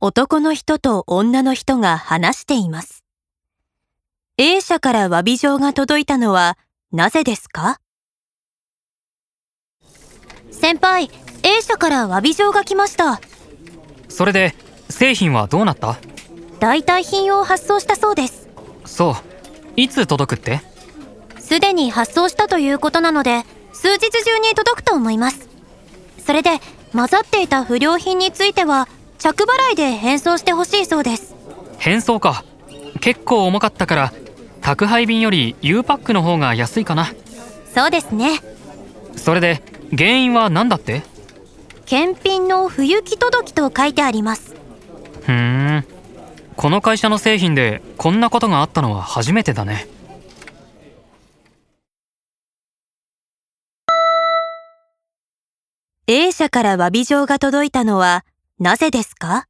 男の人と女の人が話しています。A 社から詫び状が届いたのはなぜですか先輩、A 社から詫び状が来ました。それで製品はどうなった代替品を発送したそうです。そういつ届くってすでに発送したということなので、数日中に届くと思います。それで、混ざっていた不良品については、着払いで返送してほしいそうです。変装か結構重かったから宅配便より U パックの方が安いかなそうですね。それで原因は何だって検品の不行き届きと書いてあります。ふーんこの会社の製品でこんなことがあったのは初めてだね A 社から詫び状が届いたのはなぜですか